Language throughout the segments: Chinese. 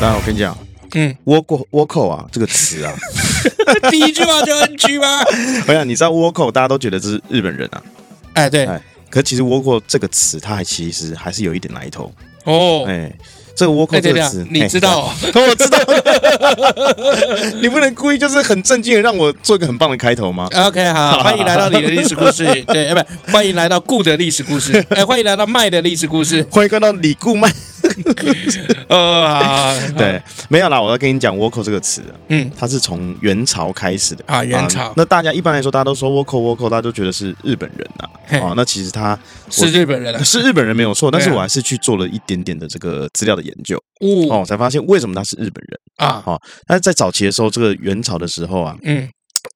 那我跟你讲，嗯，倭寇倭寇啊这个词 啊，第一句话就 NG 吗？我想你知道倭寇，大家都觉得这是日本人啊， 哎，对，哎，可其实倭寇这个词，它还其实还是有一点来头，哦，哎，这个倭寇哎，这对个的词，，你哎 知道哦，我知道，你不能故意就是很震惊的让我做一个很棒的开头吗？ OK，好，欢迎来到你的历史 故事，对，哎，不，欢迎来到顾的历史故事，哎，欢迎来到麦的历史 故事，欢迎看到李顾曼。呃，好，对，没有啦，我要跟你讲“倭寇”这个词啊，嗯，它是从元朝开始的啊元朝那大家一般来说，大家都说“倭寇”，“倭寇”，大家都觉得是日本人呐、嘿啊。那哦其实他是日本人啊，是日本人没有错，但是对啊嗯我还是去做了一点点的这个资料的研究呜哦，才发现为什么他是日本人。啊，哦，那在早期的时候，这个元朝的时候啊，嗯，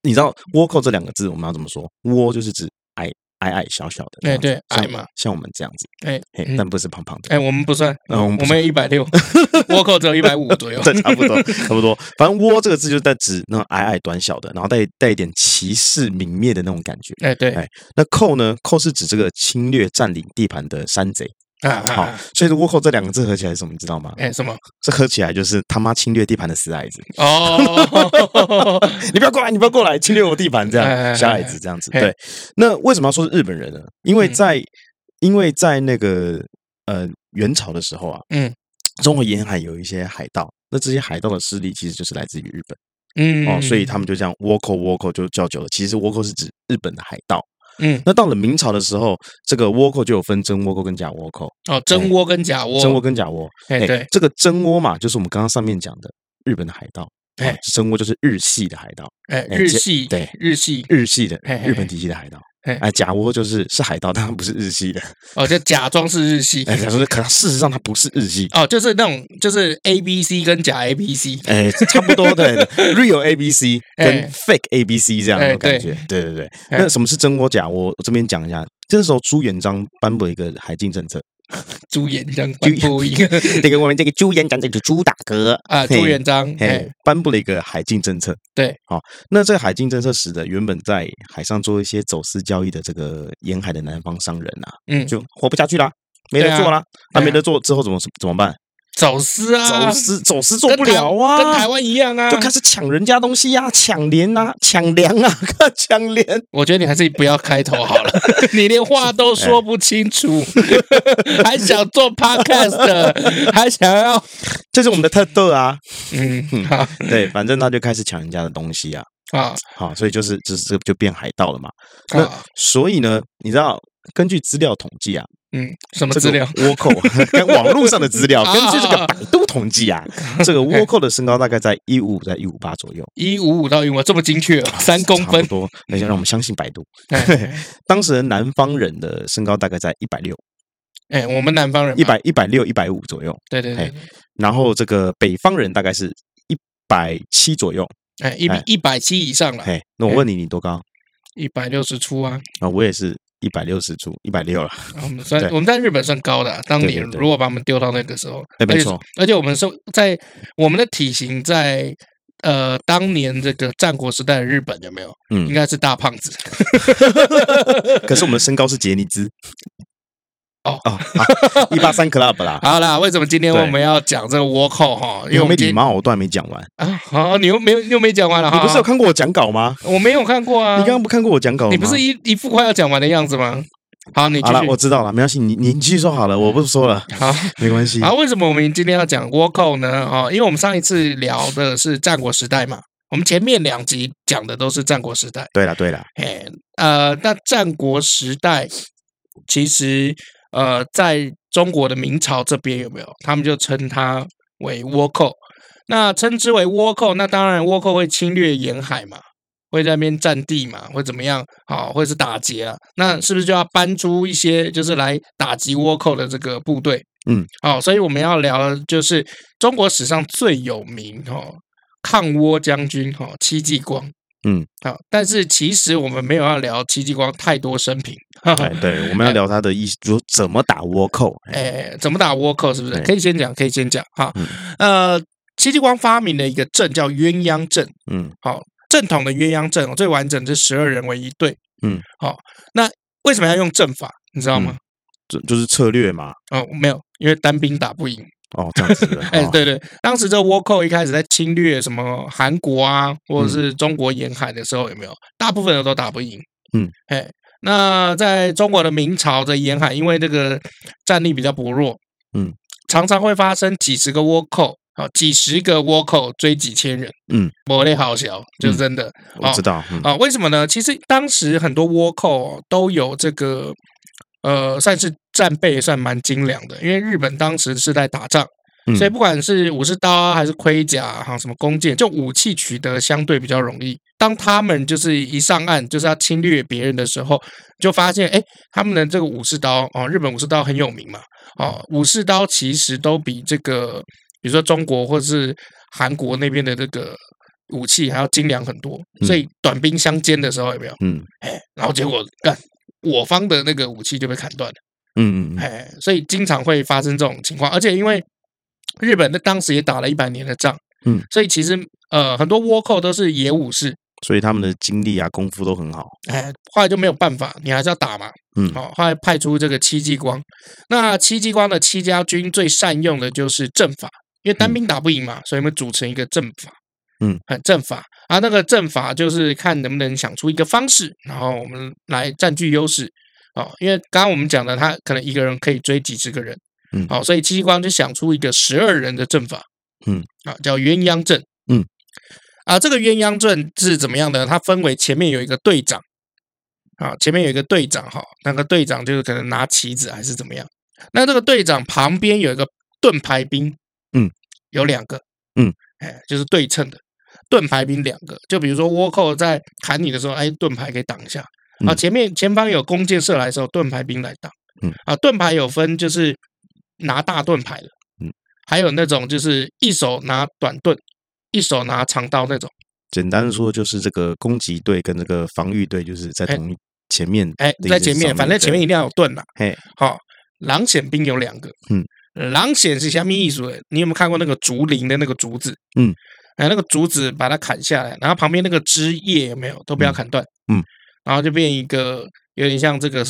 你知道“倭寇”这两个字我们要怎么说？“倭”就是指矮矮矮小小的，哎对对，像矮嘛，，像我们这样子，哎，嘿，嗯但不是胖胖的，哎，我们不算，嗯我们不我们 一百六，倭寇只有一百五左右，对，差不多，差不多。反正“倭”这个字就是在指那种矮矮短小的，然后带带一点歧视、泯灭的那种感觉。哎，对，啊哎那“寇”呢？“寇”是指这个侵略、占领地盘的山贼。啊，好啊，所以“倭寇”这两个字合起来是什么？你知道吗？哎，什么？这合起来就是他妈侵略地盘的死矮子！哦， 你不要过来，你不要过来，侵略我地盘这哎哎哎样，小矮哎子这样子。嘿对，那为什么要说是日本人呢？因为嗯在因为在那个呃元朝的时候啊，嗯中国沿海有一些海盗，那这些海盗的势力其实就是来自于日本。嗯，哦，所以他们就这样倭寇倭寇就叫久了。其实倭寇是指日本的海盗。嗯，那到了明朝的时候，这个倭寇就有分真倭寇跟假倭寇，哦，真窝跟假窝，真倭，跟假倭。哎，哎对，这个真倭嘛，就是我们刚刚上面讲的日本的海盗。哎哎，真倭就是日系的海盗，哎，哎日这系，对日系，日系的嘿嘿嘿日本体系的海盗。嘿哎，假倭就是是海盗，但它不是日系的。哦，就假装是日系，哎，他说，可它事实上它不是日系。哦，就是那种就是 A B C 跟假 A B C，哎，差不多对的，real A B C 哎跟 fake A B C 这样哎的对感觉，对对对。哎那什么是真倭假倭？我这边讲一下。这时候朱元璋颁布一个海禁政策，朱元璋颁布一个这个我们这个朱元璋，这个朱大哥啊，嘿朱元璋，哎嘿，颁布了一个海禁政策。对，好，那这个海禁政策使得原本在海上做一些走私交易的这个沿海的南方商人啊，嗯，就活不下去啦，没对得啊做啦。那对啊没得做之后怎么怎么办？走私啊，走私走私做跟不台了啊，跟台湾一样啊就。开始抢人家东西呀、抢粮啊，抢粮啊， 抢粮。我觉得你还是不要开头好 了，你连话都说不清楚，哎还想做 podcast，还想 要这是我们的特色啊。嗯，好对，反正他就开始抢人家的东西啊，啊好，所以就是就是这就变海盗了嘛。那啊，所以呢，你知道。根据资料统计啊，嗯，什么这资个料？倭寇 跟网络上的资 料，啊根据这个百度统计 啊，这个倭寇的身高大概在一五在一五八左右，一五五到一五，这么精确哦，三公啊差分不。多。那就让我们相信百度。哎，当时的南方人的身高大概在一百六、哎，我们南方人嘛一，百一哎百六、一百五左右，对对对，然后这个北方人大概是一百七左右。哎，一比哎一百七以上了，嘿，那我问你，你多高？一百六十出啊。啊，我也是一百六十出，一百六了。啊我们算对我们在日本算高的啊、当对年对对如果把我们丢到那个时候，哎没而且错而且我们是在我们的体型在呃当年这个战国时代的日本有没有？嗯应该是大胖子。 可是我们的身高是杰尼兹。哎哦哦，一八三 club 啦，好啦，为什么今天对我们要讲这个倭寇哈？因因为为我没们啊礼今貌，我都还没讲完。啊，好，你又没有又没讲完了你哈。不是有看过我讲稿吗？我没有看过啊，你刚刚不看过我讲稿吗？你不是一一副快要讲完的样子吗？好，你继好了，我续。嗯知道了，没关系，你你继续说好了，我不说了，好，没关系。啊，为什么我们今天要讲倭寇呢？哦，因为我们上一次聊的是战国时代嘛，我们前面两集讲的都是战国时代。对了对 了，哎，呃，那战国时代其实呃，在中国的明朝这边有没有？他们就称它为倭寇。那称之为倭寇，那当然倭寇会侵略沿海嘛，会在那边占地嘛，会怎么样？好、会是打劫啊？那是不是就要搬出一些就是来打击倭寇的这个部队？嗯，好、所以我们要聊的就是中国史上最有名哦，抗倭将军哦，戚继光。嗯，好，但是其实我们没有要聊戚继光太多生平，哈哈哎，对，我们要聊他的意思，就是怎么打倭寇。哎，哎，怎么打倭寇是不是？对可以先讲，可以先讲哈嗯。呃，戚继光发明了一个阵叫鸳鸯阵，嗯好，正统的鸳鸯阵哦最完整是十二人为一队，嗯，好，那为什么要用阵法？你知道吗？就就是策略嘛。哦，没有，因为单兵打不赢。哦，这样子的。 哎，哦，对对，当时这倭寇一开始在侵略什么韩国啊，或者是中国沿海的时候，有没有大部分人都打不赢？嗯，哎，那在中国的明朝的沿海，因为这个战力比较薄弱，嗯，常常会发生几十个倭寇。啊，几十个倭寇追几千人，嗯，魔力好小，就是真的。我知道。嗯啊、为什么呢？其实当时很多倭寇、哦、都有这个，呃，算是战备算蛮精良的，因为日本当时是在打仗，嗯所以不管是武士刀啊，还是盔甲啊还有什么弓箭，就武器取得相对比较容易。当他们就是一上岸，就是要侵略别人的时候，就发现哎，诶他们的这个武士刀哦，日本武士刀很有名嘛，哦，嗯武士刀其实都比这个，比如说中国或是韩国那边的这个武器还要精良很多，嗯所以短兵相接的时候有没有？嗯然后结果干。我方的那个武器就被砍断了，嗯嗯嗯哎，所以经常会发生这种情况，而且因为日本那当时也打了一百年的仗，嗯，所以其实呃很多倭寇都是野武士，所以他们的精力啊、功夫都很好。哎，后来就没有办法，你还是要打嘛，嗯好、后来派出这个戚继光。那戚继光的戚家军最善用的就是阵法，因为单兵打不赢嘛，所以我们组成一个阵法。嗯，很阵法啊，那个阵法就是看能不能想出一个方式，然后我们来占据优势。哦，因为刚刚我们讲的，他可能一个人可以追几十个人。哦嗯好、所以戚继光就想出一个十二人的阵法。嗯，啊，叫鸳鸯阵。嗯，啊，这个鸳鸯阵是怎么样的？它分为前面有一个队长。啊，前面有一个队长哈，那个队长就是可能拿旗子还是怎么样。那这个队长旁边有一个盾牌兵，嗯，有两个，嗯，哎，就是对称的盾牌兵两个。就比如说倭寇在砍你的时候，哎，盾牌给挡一下。啊，嗯前面前方有弓箭射来的时候，盾牌兵来挡。嗯，啊，盾牌有分就是拿大盾牌的，嗯，还有那种就是一手拿短盾，一手拿长刀那种。简单说，就是这个攻击队跟这个防御队就是在哎同一前面的哎，一个在前上面，反正前对面一定要有盾啦。嘿，好、狼显兵有两个，嗯，狼显是虾米意思？你有没有看过那个竹林的那个竹子？嗯，哎，那个竹子把它砍下来，然后旁边那个枝叶有没有都不要砍断，嗯嗯，然后就变一个有点像这个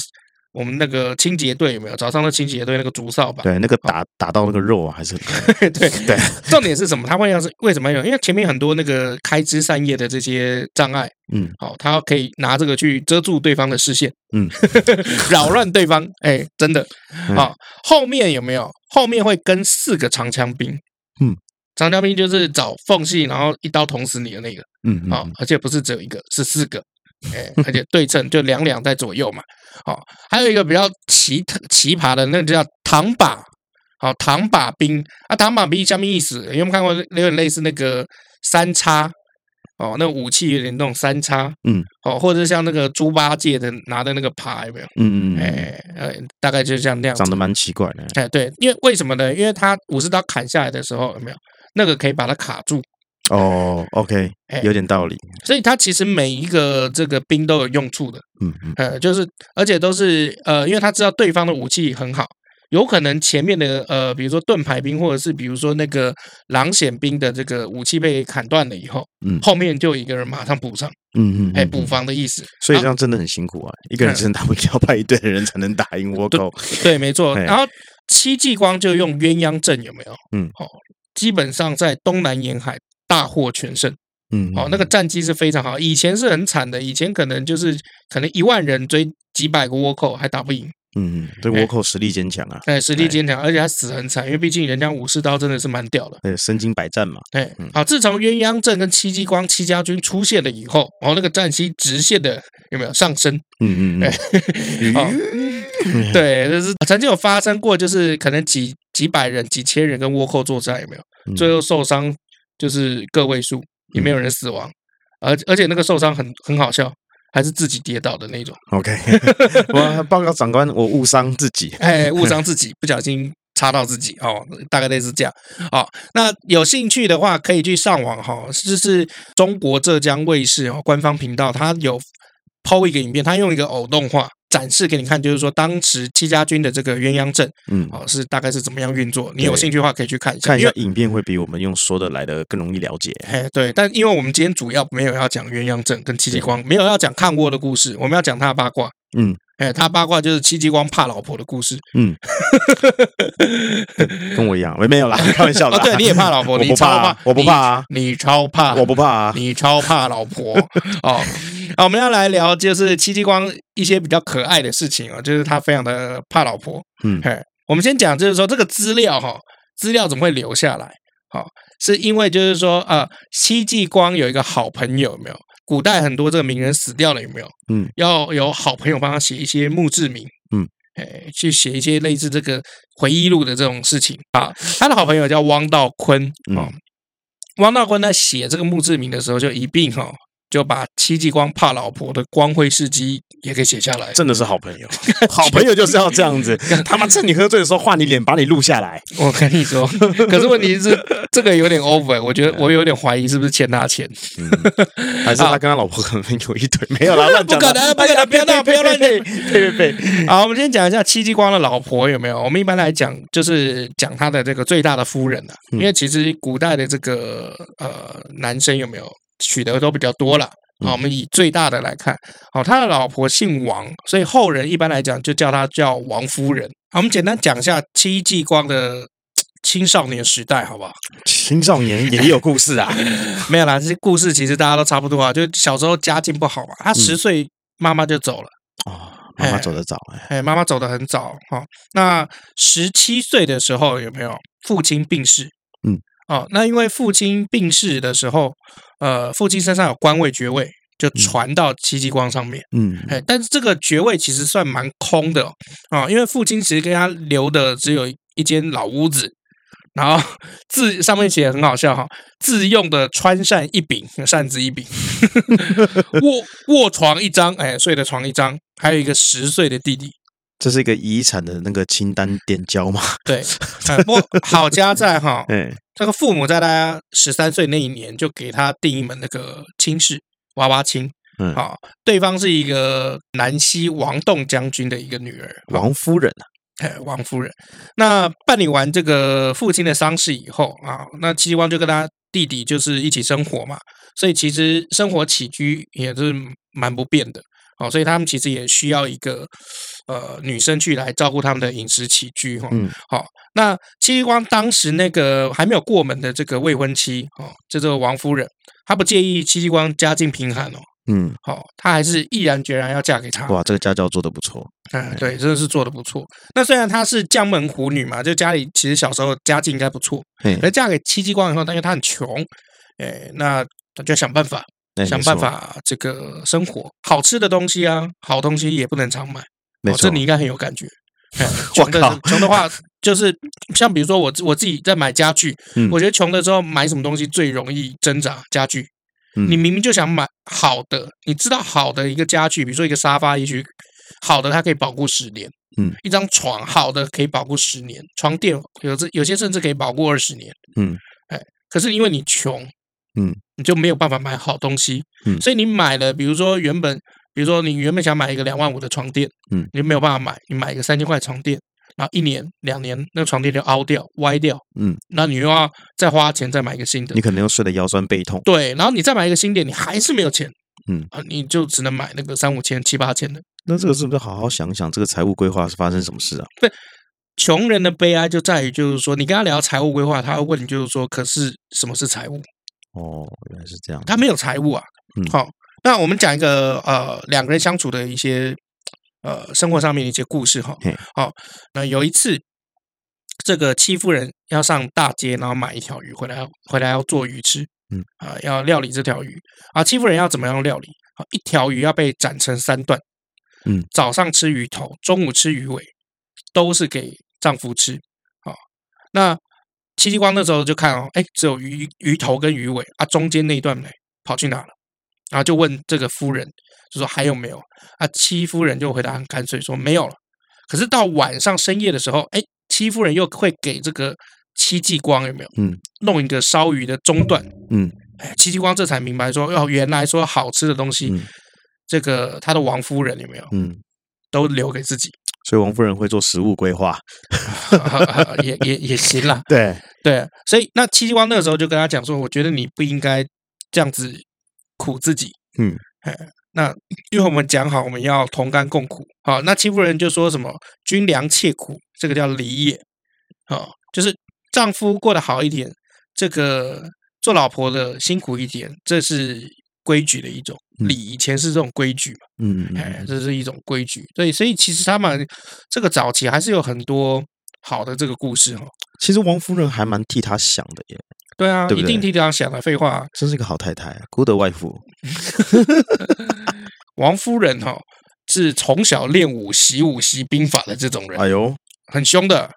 我们那个清洁队有没有？早上的清洁队那个竹扫把，对那个打打到那个肉啊，还是 很对 对对。重点是什么？它会要是为什么要有？因为前面很多那个开枝散叶的这些障碍，嗯，好、它可以拿这个去遮住对方的视线，嗯， 扰乱对方。哎，真的，嗯好、后面有没有？后面会跟四个长枪兵，嗯，长枪兵就是找缝隙，然后一刀捅死你的那个，嗯嗯好、嗯哦而且不是只有一个，是四个，哎，而且对称就两两在左右嘛。好、还有一个比较奇特奇葩的，那个叫唐把，好、唐把兵啊，唐把兵下面意思，有没有看过？有点类似那个三叉。哦，那武器有点那种三叉，嗯，哦，或者是像那个猪八戒的拿的那个耙，有没有？嗯嗯嗯，哎、呃，大概就像那样子长得蛮奇怪的。哎，对，因为为什么呢？因为他武士刀砍下来的时候，有没有那个可以把它卡住？哦，OK，哎有点道理。所以它其实每一个这个兵都有用处的。嗯嗯呃，就是而且都是呃，因为他知道对方的武器很好，有可能前面的呃，比如说盾牌兵或者是比如说那个狼显兵的这个武器被砍断了以后，嗯后面就有一个人马上补上，嗯嗯，哎，嗯补。防的意思。所以这样真的很辛苦啊，一个人真的打不赢，要派一队的人才能打赢倭寇。对，没错。哎然后戚继光就用鸳鸯阵，有没有？嗯哦，基本上在东南沿海大获全胜。嗯，哦，那个战绩是非常好。以前是很惨的，以前可能就是可能一万人追几百个倭寇还打不赢，嗯嗯，这哎倭寇实力坚强啊，哎，实哎力坚强，而且他死很惨，因为毕竟人家武士刀真的是蛮屌的。对，呃身经百战嘛。哎，好，自从鸳鸯阵跟戚继光、戚家军出现了以后，哦，那个战绩直线的有没有上升？嗯嗯哎嗯，哦，对，就是曾经有发生过，就是可能几几百人、几千人跟倭寇作战，有没有？嗯最后受伤就是个位数，也没有人死亡，而而且那个受伤很很好笑，还是自己跌倒的那种。 OK，我报告长官，我误伤自己。哦哎，误伤自己，不小心插到自己哦，大概类似这样哦。那有兴趣的话，可以去上网哈、哦，就是中国浙江卫视哦官方频道，它有抛一个影片，它用一个偶动画展示给你看，就是说当时戚家军的这个鸳鸯阵嗯，哦是大概是怎么样运作。你有对兴趣的话，可以去看一下，看一因下为影片会比我们用说的来的更容易了解。哎，对，但因为我们今天主要没有要讲鸳鸯阵跟戚继光，没有要讲抗倭的故事，我们要讲他的八卦。嗯，哎，他八卦就是戚继光怕老婆的故事。 嗯，跟我一样，没没有啦，开玩笑的哦，啦。对，你也怕老婆，我你不超怕啊，我不怕啊，你你超 怕，我不怕啊。你超怕老 婆哦。好，我们要来聊就是戚继光一些比较可爱的事情哦，就是他非常的怕老婆。嗯嘿，我们先讲就是说这个资料哈、资料怎么会留下来？好、是因为就是说呃，戚继光有一个好朋友有没有？古代很多这个名人死掉了有没有？ 嗯，要有好朋友帮他写一些墓志铭。嗯。哎，去写一些类似这个回忆录的这种事情啊。他的好朋友叫汪道坤哦，汪道坤在写这个墓志铭的时候，就一并哈、哦、就把戚继光怕老婆的光辉事迹也给写下来。真的是好 朋友，好朋友就是要这样子。他妈趁你喝醉的时候画你脸，把你录下来。我跟你说，可是问题是这个有点 over，我 觉得我有点怀疑是不是欠他钱。还是他跟他老婆可能有一腿？没有啦，乱讲的。 不可能不可能不要闹不要乱讲 呸呸呸呸！ 好，我们先讲一下戚继光的老婆有没有？我们一般来讲就是讲他的这个最大的夫人啊，因为其实古代的这个呃男生有没有娶的都比较多了。好，我们以最大的来看，好，他的老婆姓王，所以后人一般来讲就叫她叫王夫人。好，我们简单讲一下戚继光的嘖青少年时代，好不好？青少年也有故事啊。没有啦，这些故事其实大家都差不多啊，就小时候家境不好嘛，他十岁妈妈就走了。哦，妈妈走得早哎。哎，妈妈走得很早哈、哦。那十七岁的时候有没有父亲病逝？嗯，哦，那因为父亲病逝的时候，呃，父亲身上有官位爵位，就传到戚继光上面。嗯哎，但是这个爵位其实算蛮空的哦，哦因为父亲其实给他留的只有一间老屋子，然后自上面写得很好笑哈、自用的穿扇一柄，扇子一柄， 卧卧床一张，哎，睡的床一张，还有一个十岁的弟弟。这是一个遗产的那个清单点交嘛？ 对，呃不过好家在哈， 哎，这个父母在他十三岁那一年就给他定一门那个亲事娃娃亲，嗯好、对方是一个南溪王栋将军的一个女儿，王夫人啊，哎，王夫人。那办理完这个父亲的丧事以后啊，那戚继光就跟他弟弟就是一起生活嘛，所以其实生活起居也是蛮不便的。哦，所以他们其实也需要一个呃女生去来照顾他们的饮食起居哈。嗯，好、那戚继光当时那个还没有过门的这个未婚妻哦，这这个王夫人，她不介意戚继光家境贫寒哦，嗯，好、她还是毅然决然要嫁给他。哇，这个家教做的不错。哎，对，真的是做的不错。那虽然她是江门虎女嘛，就家里其实小时候家境应该不错，哎可是嫁给戚继光以后，但因为她很穷，哎，那她就要想办法，哎想办，法这个生活，好吃的东西啊，好东西也不能常买。没哦错这没你错，应该很有感觉。哎 我穷的靠穷的话，就是像比如说我自我自己在买家具，嗯我觉得穷的时候买什么东西最容易挣扎？家具，嗯你明明就想买好的，你知道好的一个家具，比如说一个沙发，也许好的它可以保护十年，嗯，一张床好的可以保护十年，床垫有这有些甚至可以保护二十年，嗯，哎，可是因为你穷，嗯，你就没有办法买好东西，嗯所以你买了，比如说原本，比如说你原本想买一个两万五的床垫，嗯，你就没有办法买，你买一个三千块的床垫，然后一年两年那个床垫就凹掉、歪掉，嗯，那你又要再花钱再买一个新的你，可能又睡得腰酸背痛。对，然后你再买一个新的，你还是没有钱，嗯啊，你就只能买那个三五千、七八千的。那这个是不是好好想想，这个财务规划是发生什么事啊？穷人的悲哀就在于，就是说，你跟他聊财务规划，他会问你，就是说，可是什么是财务？哦，原来是这样。他没有财务啊。嗯好、那我们讲一个呃两个人相处的一些呃生活上面的一些故事哈嘿。好、那有一次，这个戚夫人要上大街，然后买一条鱼回来要，回来要做鱼吃。嗯啊、要料理这条鱼啊，戚夫人要怎么样料理？啊，一条鱼要被斩成三段。嗯，早上吃鱼头，中午吃鱼尾，都是给丈夫吃。好、那戚继光那时候就看哦，哎，只有鱼鱼头跟鱼尾啊，中间那一段没跑去哪了？然后就问这个夫人，就说还有没有？啊，戚夫人就回答很干脆说没有了。可是到晚上深夜的时候，哎，戚夫人又会给这个戚继光有没有？嗯，弄一个烧鱼的中段。嗯，哎，戚继光这才明白说，哦，原来说好吃的东西，嗯这个他的王夫人有没有嗯，都留给自己， 所以王夫人会做食物规划，也也也行啦。对，对，所以那戚继光那个时候就跟他讲说，我觉得你不应该这样子苦自己。嗯哎，那因为我们讲好我们要同甘共苦，好，那戚夫人就说什么“君良妾苦”，这个叫离也，好，就是丈夫过得好一点，这个做老婆的辛苦一点，这是规矩的一种。嗯礼以前是这种规矩嘛。嗯嗯哎嗯，这是一种规矩。对，所以其实他们这个早期还是有很多好的这个故事哈。其实王夫人还蛮替他想的耶，对啊，对不一定对替他想的废话。真是个好太太、啊，孤德外妇。王夫人哈、是从小练武、习武、习兵法的这种人，哎呦，很凶的。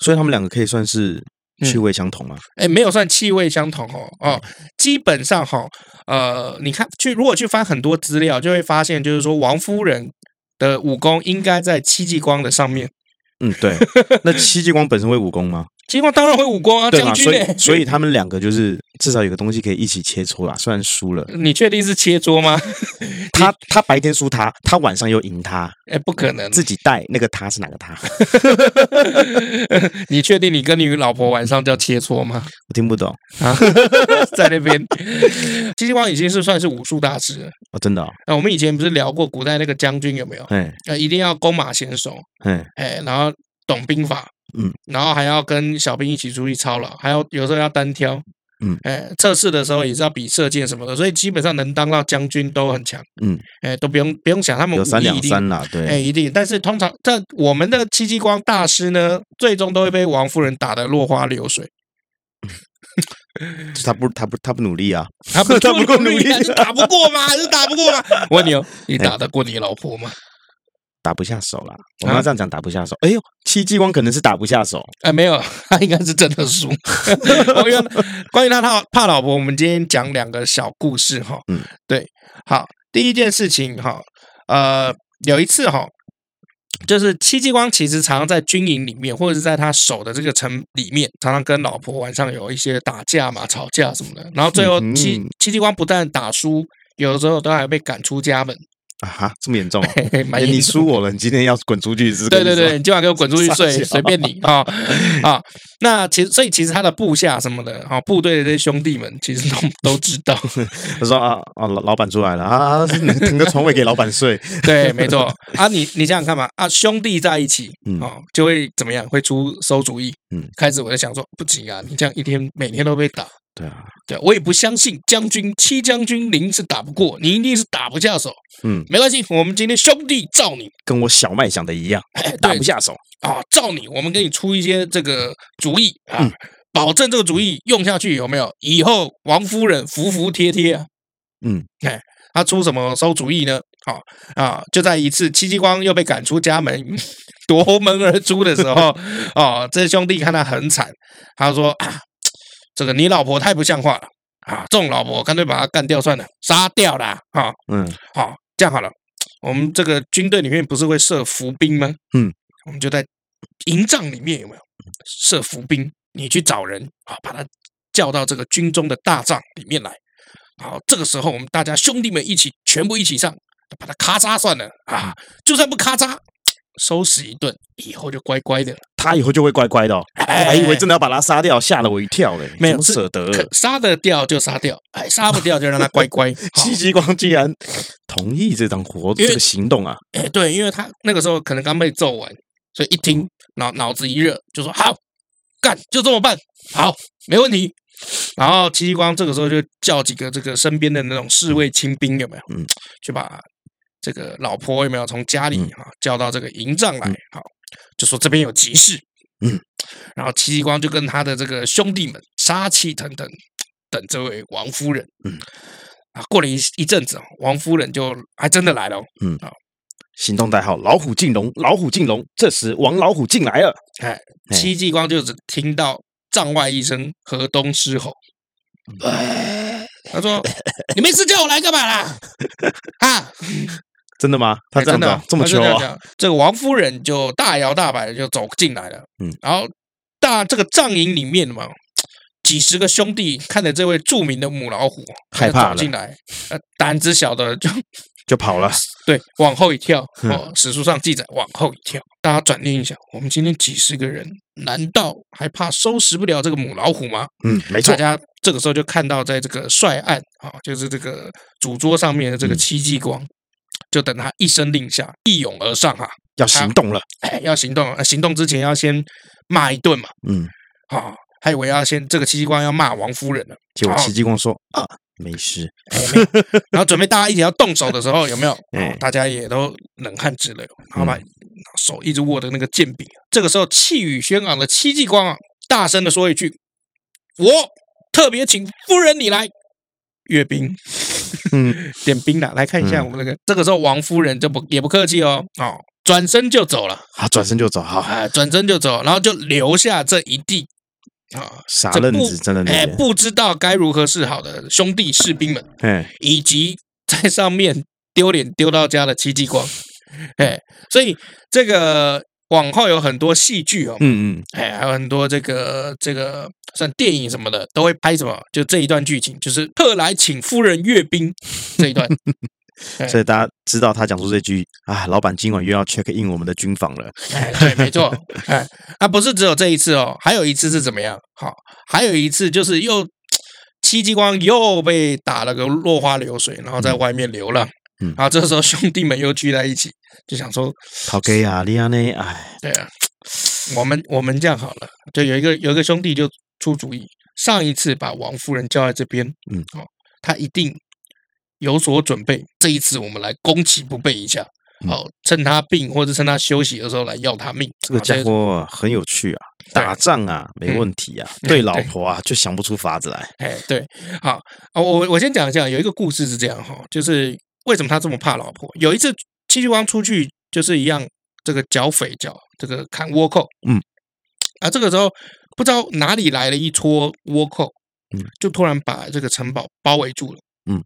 所以他们两个可以算是趣味相 同啊。哎，没有算气味相同哦哦，嗯基本上哈、呃，你看去如果去翻很多资料，就会发现就是说王夫人的武功应该在戚继光的上面。嗯，对。那戚继光本身会武功 吗？戚继光当然会武功啊，对嘛，将军所嘞、 以所以他们两个就是至少有个东西可以一起切磋啦。啊虽然输了，你确定是切磋吗？他他白天输他，他晚上又赢他，哎，不可能，自己带那个他是哪个他？ 你确定你跟你老婆晚上叫切磋吗？我听不懂啊，在那 边，戚继光已经是算是武术大师了。哦，真的哦，那、我们以前不是聊过古代那个将军有没有？哎呃，一定要弓马娴熟，哎，哎，然后懂兵法，嗯，然后还要跟小兵一起出去操劳，还要有时候要单挑，嗯，哎，测试的时候也是要比射箭什么的，所以基本上能当到将军都很强，嗯，哎，都不用不用想他们有武三艺一两定三啦，哎，对，一定。但是通常在我们的戚继光大师呢，最终都会被王夫人打得落花流水。他不他不他不努力啊， 他不他不够努力啊，就 打不过吗？就打不过吗？ 我问你哦，你打得过你老婆吗？打不下手啦。我啊们要这样讲，打不下手。哎呦，戚继光可能是打不下手，哎，没有， 他应该是真的 输。我跟关于他怕怕老婆，我们今天讲两个小故事哈。嗯，对，好，第一件事情哈，呃，有一次哈，就是戚继光其实常常在军营里面，或者是在他守的这个城里面，常常跟老婆晚上有一些打架嘛、吵架什么的。然后最后嗯哼戚戚继光不但打输，有的时候都还被赶出家门， 啊哈，这么严重啊？嘿 嘿，蛮哎严你重输我了，你今天要滚出去是？对对对，，你今晚给我滚出去睡傻，笑随便你啊啊、那其实，所以其实他的部下什么的，啊、部队的这些兄弟们，其实都都知 道。他说啊啊，老老板出来了啊，是你腾个床位给老板睡，对，没错啊。你你想想看嘛，啊，兄弟在一起，嗯哦，就会怎么样？会出馊主意。嗯，开始我在想说，不行啊，你这样一天每天都被打，对啊，对我也不相信将军戚将军您是打不过，你一定是打不下手。嗯，没关系，我们今天兄弟罩你 跟我小麦想的一样，打不下手。啊，照你，我们给你出一些这个主意啊，保证这个主意用下去有没有？以后王夫人服服帖帖啊。嗯，哎，他出什么馊主意呢？好啊，就在一次戚继光又被赶出家门， 夺门而出的时候，哦，这兄弟看他很惨，他说啊，这个你老婆太不像话了啊，这种老婆干脆把她干掉算了，杀掉啦啊。嗯，好，这样好了，我们这个军队里面不是会设伏兵吗？嗯，我们就在营帐里面有没有设伏兵？你去找人啊，把他叫到这个军中的大帐里面来。好，这个时候我们大家兄弟们一起，全部一起上，把他咔嚓算了啊！就算不咔嚓，收拾一顿，以后就乖乖的了。他以后就会乖乖的、哦，我还以为真的要把他杀掉，吓了我一跳嘞，哎没有怎么舍得。可杀得掉就杀掉，哎，杀不掉就让他乖乖。好戚继光居然同意这场活因为这个行动啊！哎，对，因为他那个时候可能刚被揍完，所以一听脑脑子一热，就说好干，就这么办，好，没问题。然后戚继光这个时候就叫几个这个身边的那种侍卫清兵有没有？嗯，去把这个老婆有没有从家里嗯啊叫到这个营帐来？好，就说这边有急事。嗯，然后戚继光就跟他的这个兄弟们杀气腾腾等这位王夫人。嗯，啊，过了一一阵子哦，王夫人就还真的来了哦。行动代号老虎进笼，老虎进笼。这时王老虎进来了，哎，哎戚继光就只听到帐外一声河东狮吼，嗯他说：“你没事叫我来干嘛啦？啊，真的吗？ 他哎这样真子的哦啊这么他就秋样啊？讲这个王夫人就大摇大摆的就走进来了，嗯，然后大这个帐营里面嘛，几十个兄弟看着这位著名的母老虎害怕走了进来，呃，胆子小的就就跑了，对往后一跳，嗯哦，史书上记载往后一跳，大家转念一想，我们今天几十个人，难道还怕收拾不了这个母老虎吗？嗯，没错大，家这个时候就看到，在这个帅案啊，就是这个主桌上面的这个嗯戚继光，就等他一声令下，一涌而上啊，要行动了，哎，要行动了，呃行动之前要先骂一顿嘛，嗯，啊，还以为要先这个戚继光要骂王夫人了，结果好戚继光说啊，没事，然后准备大家一起要动手的时候，有没有？哎大家也都冷汗直流，然后把嗯手一直握着那个剑柄。这个时候，气宇轩昂的戚继光啊，大声的说一句：“我特别请夫人你来。”阅兵，嗯， 点兵了，来看一下嗯我们那个。这个时候，王夫人就不也不客气哦，哦，转身就走了，啊，转身就走，好，啊，转身就走，然后就留下这一地啊，傻这愣不子站在那哎，边，不知道该如何是好的兄弟士兵们，哎，以及在上面丢脸丢到家的戚继光，哎，所以这个往后有很多戏剧哦，嗯嗯，哎，还有很多这个这个像电影什么的都会拍什么，就这一段剧情，就是特来请夫人阅兵这一段，哎所以大家知道他讲出这句啊，老板今晚又要 check in 我们的军房了，哎，对，没错，哎，啊，不是只有这一次哦，还有一次是怎么样？好，还有一次就是又戚继光又被打了个落花流水，然后在外面流浪。嗯然后这时候兄弟们又聚在一起，就想说，好给啊，利亚呢，哎，对啊，我们我们这样好了，就有一个有一个兄弟就出主意，上一次把王夫人叫在这边，嗯，哦，他一定有所准备，这一次我们来攻其不备一下。嗯哦，趁他病或者趁他休息的时候来要他命，这个好就家是伙很有趣啊，打仗啊没问题啊，对老对婆啊就想不出法子来，哎，对，好，啊我我先讲一下，有一个故事是这样哈，就是为什么他这么怕老婆？有一次戚继光出去，就是一样，这个剿匪剿这个砍倭寇，嗯，啊，这个时候不知道哪里来了一撮倭寇，嗯，就突然把这个城堡包围住了，嗯，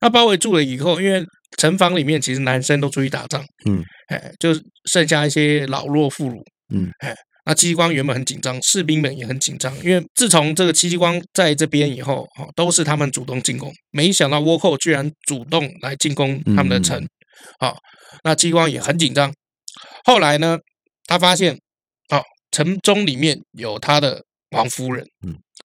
那包围住了以后，因为城防里面其实男生都出去打仗，嗯，哎，就剩下一些老弱妇孺，嗯哎那戚继光原本很紧张，士兵们也很紧张，因为自从这个戚继光在这边以后，哦，都是他们主动进攻，没想到倭寇居然主动来进攻他们的城，嗯啊、那戚继光也很紧张。后来呢，他发现，哦，城中里面有他的王夫人，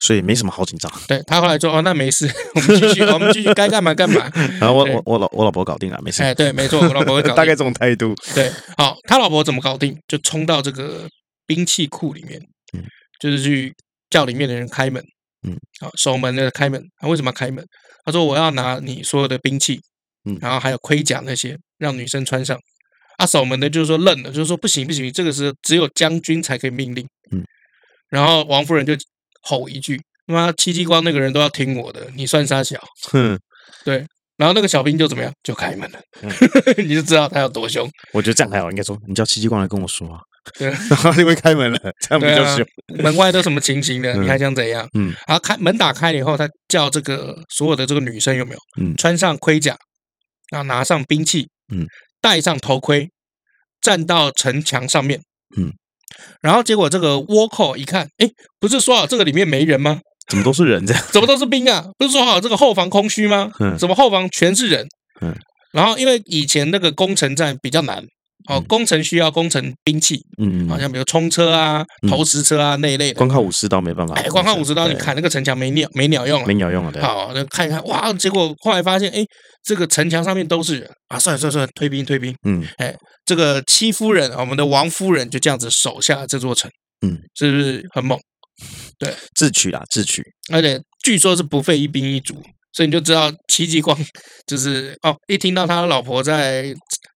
所以没什么好紧张。 对他后来说，哦，那没事， 我们继续，我们继续该干嘛干 嘛。然后我对我我老我老婆搞定了，没事。哎，对，没错，我老婆会搞大定概这种态度。对，好，他老婆怎么搞定？就冲到这个兵器库里面嗯，就是去叫里面的人开门，嗯，好，守门的开门。他、为什么要开门？他说我要拿你所有的兵器，嗯然后还有盔甲那些，让女生穿上。啊，守门的就是说愣了，就是说不行不行，这个是只有将军才可以命令。嗯，然后王夫人就吼一句：“妈，戚继光那个人都要听我的，你算啥小？”哼，然后那个小兵就怎么样，就开门了，嗯 你就知道他有多凶。我觉得这样还好，应该说你叫戚继光来跟我说啊，对 然后就会开门了，这样不对就啊是？门外都什么情形的，嗯你还想怎样？嗯，然后开门打开了以后，他叫这个所有的这个女生有没有？嗯穿上盔甲，然后拿上兵器，嗯，戴上头盔，站到城墙上面，嗯，然后结果这个倭寇一看，哎，不是说好这个里面没人吗？怎么都是人这 样？怎么都是兵啊？不是说好这个后防空虚吗？嗯怎么后防全是人？嗯，然后因为以前那个攻城战比较难，哦，嗯攻城需要攻城兵器，嗯，好像比如冲车啊、嗯投石车啊那一类的。光靠武士刀没办法哎，，光看五十刀，你对砍那个城墙没鸟没鸟用没了。鸟用啊，对，好，那看一看，哇！结果后来发现，哎，这个城墙上面都是人啊！算了算了算了，退兵退兵。嗯，这个戚夫人，我们的王夫人就这样子守下这座城，嗯，是不是很猛？智取啦，智取，而且据说是不费一兵一卒，所以你就知道戚继光就是 哦，一听到他老婆在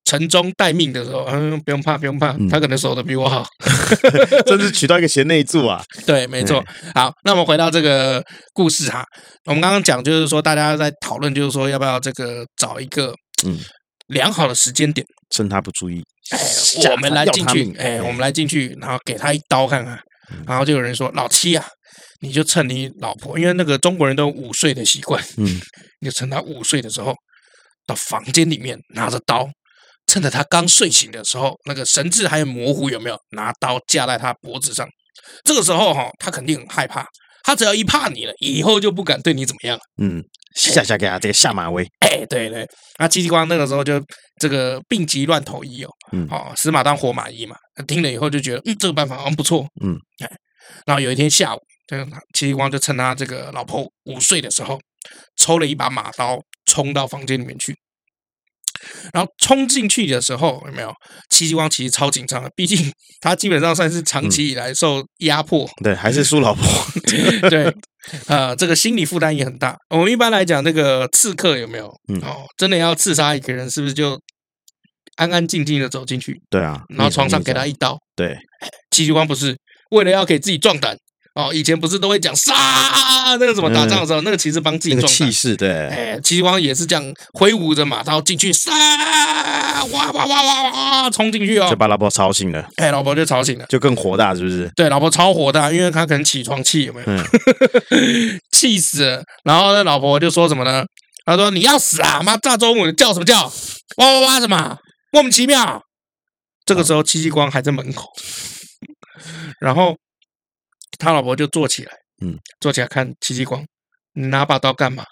城中待命的时候，嗯，不用怕不用怕，嗯他可能守的比我好。 真是取到一个贤内助啊，对，没错。好，那我们回到这个故事哈，我们刚刚讲就是说，大家在讨论就是说要不要这个找一个嗯良好的时间点，趁他不注意，哎，我们来进去，哎，我们来，来进去，然后给他一刀看看。然后就有人说：“老七啊，你就趁你老婆，因为那个中国人都有午睡的习惯，嗯，你就趁她午睡的时候，到房间里面拿着刀，趁着他刚睡醒的时候，那个神志还很模糊，有没有拿刀架在他脖子上？这个时候哈、他肯定很害怕，他只要一怕你了，以后就不敢对你怎么样了。嗯，下下给他这个下马威，哎，对对，那戚继光那个时候就这个病急乱投医哦，嗯哦，死马当活马医嘛，他听了以后就觉得，嗯，这个办法好像不错，嗯，哎，然后有一天下午，这个戚继光就趁他这个老婆午睡的时候，抽了一把马刀，冲到房间里面去。然后冲进去的时候，有没有戚继光其实超紧张的，毕竟他基本上算是嗯长期以来受压迫，对，还是输老婆，对，呃，这个心理负担也很大。我们一般来讲，这个刺客有没有？嗯哦，真的要刺杀一个人，是不是就安安静静的走进去，对啊，然后床上给他一一刀？对，戚继光不是为了要给自己壮胆哦，以前不是都会讲杀那个什么打仗的时候，那个其实帮自己嗯那个壮气。胆势，对，哎，戚继光也是这样挥舞着马刀进去杀，哇哇哇哇哇，冲进去就哦！把老婆吵醒了，哎，老婆就吵醒了。就更火大，是不是？对，老婆超火大，因为她可能起床气有没有？嗯 气死了。然后那老婆就说什么呢？她说：“你要死啊！妈，大中午的叫什么叫？哇哇哇什么？莫名其妙。”这个时候，戚继光还在门口，然后他老婆就坐起来，嗯，坐起来看戚继光，你拿把刀干嘛？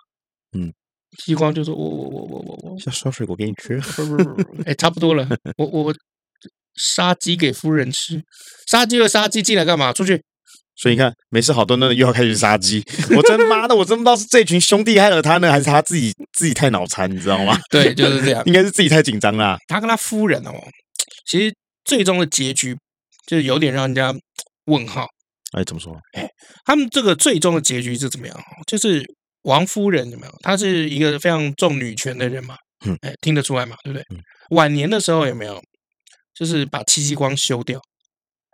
嗯，戚继光就说：“我我我我我我，要烧水果给你吃，不不不不，哎，差不多了，我我我杀鸡给夫人吃，杀鸡就杀鸡，进来干嘛？出去！所以你看，没事好端端的又要开始杀鸡， 我真妈的，我真不知道是这群兄弟害了他呢，还是他自己自己太脑残，你知 道吗？对，就是这样。应该是自己太紧张啦，他跟他夫人哦，其实最终的结局就是有点让人家问号。哎，怎么说？他们这个最终的结局是怎么样？就是王夫人有没有？她是一个非常重女权的人嘛，嗯，哎，听得出来嘛，对不对嗯？晚年的时候有没有？就是把戚继光休掉，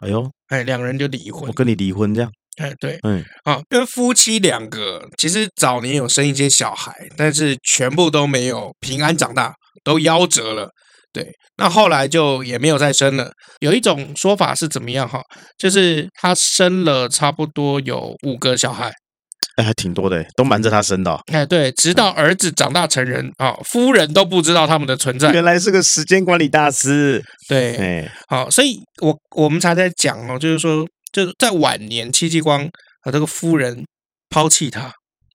哎呦，哎，两人就离婚我。跟你离婚这样，哎，对，嗯，啊，因为夫妻两个其实早年有生一些小孩，但是全部都没有平安长大，都夭折了。对，那后来就也没有再生了。有一种说法是怎么样哈？就是他生了差不多有五个小孩，哎，还挺多的，都瞒着他生的哦，哎，对，直到儿子长大成人啊，夫人都不知道他们的存在。原来是个时间管理大师， 对，哎，好，所以我我们才在讲哦，就是说，就是在晚年，戚继光和这个夫人抛弃他，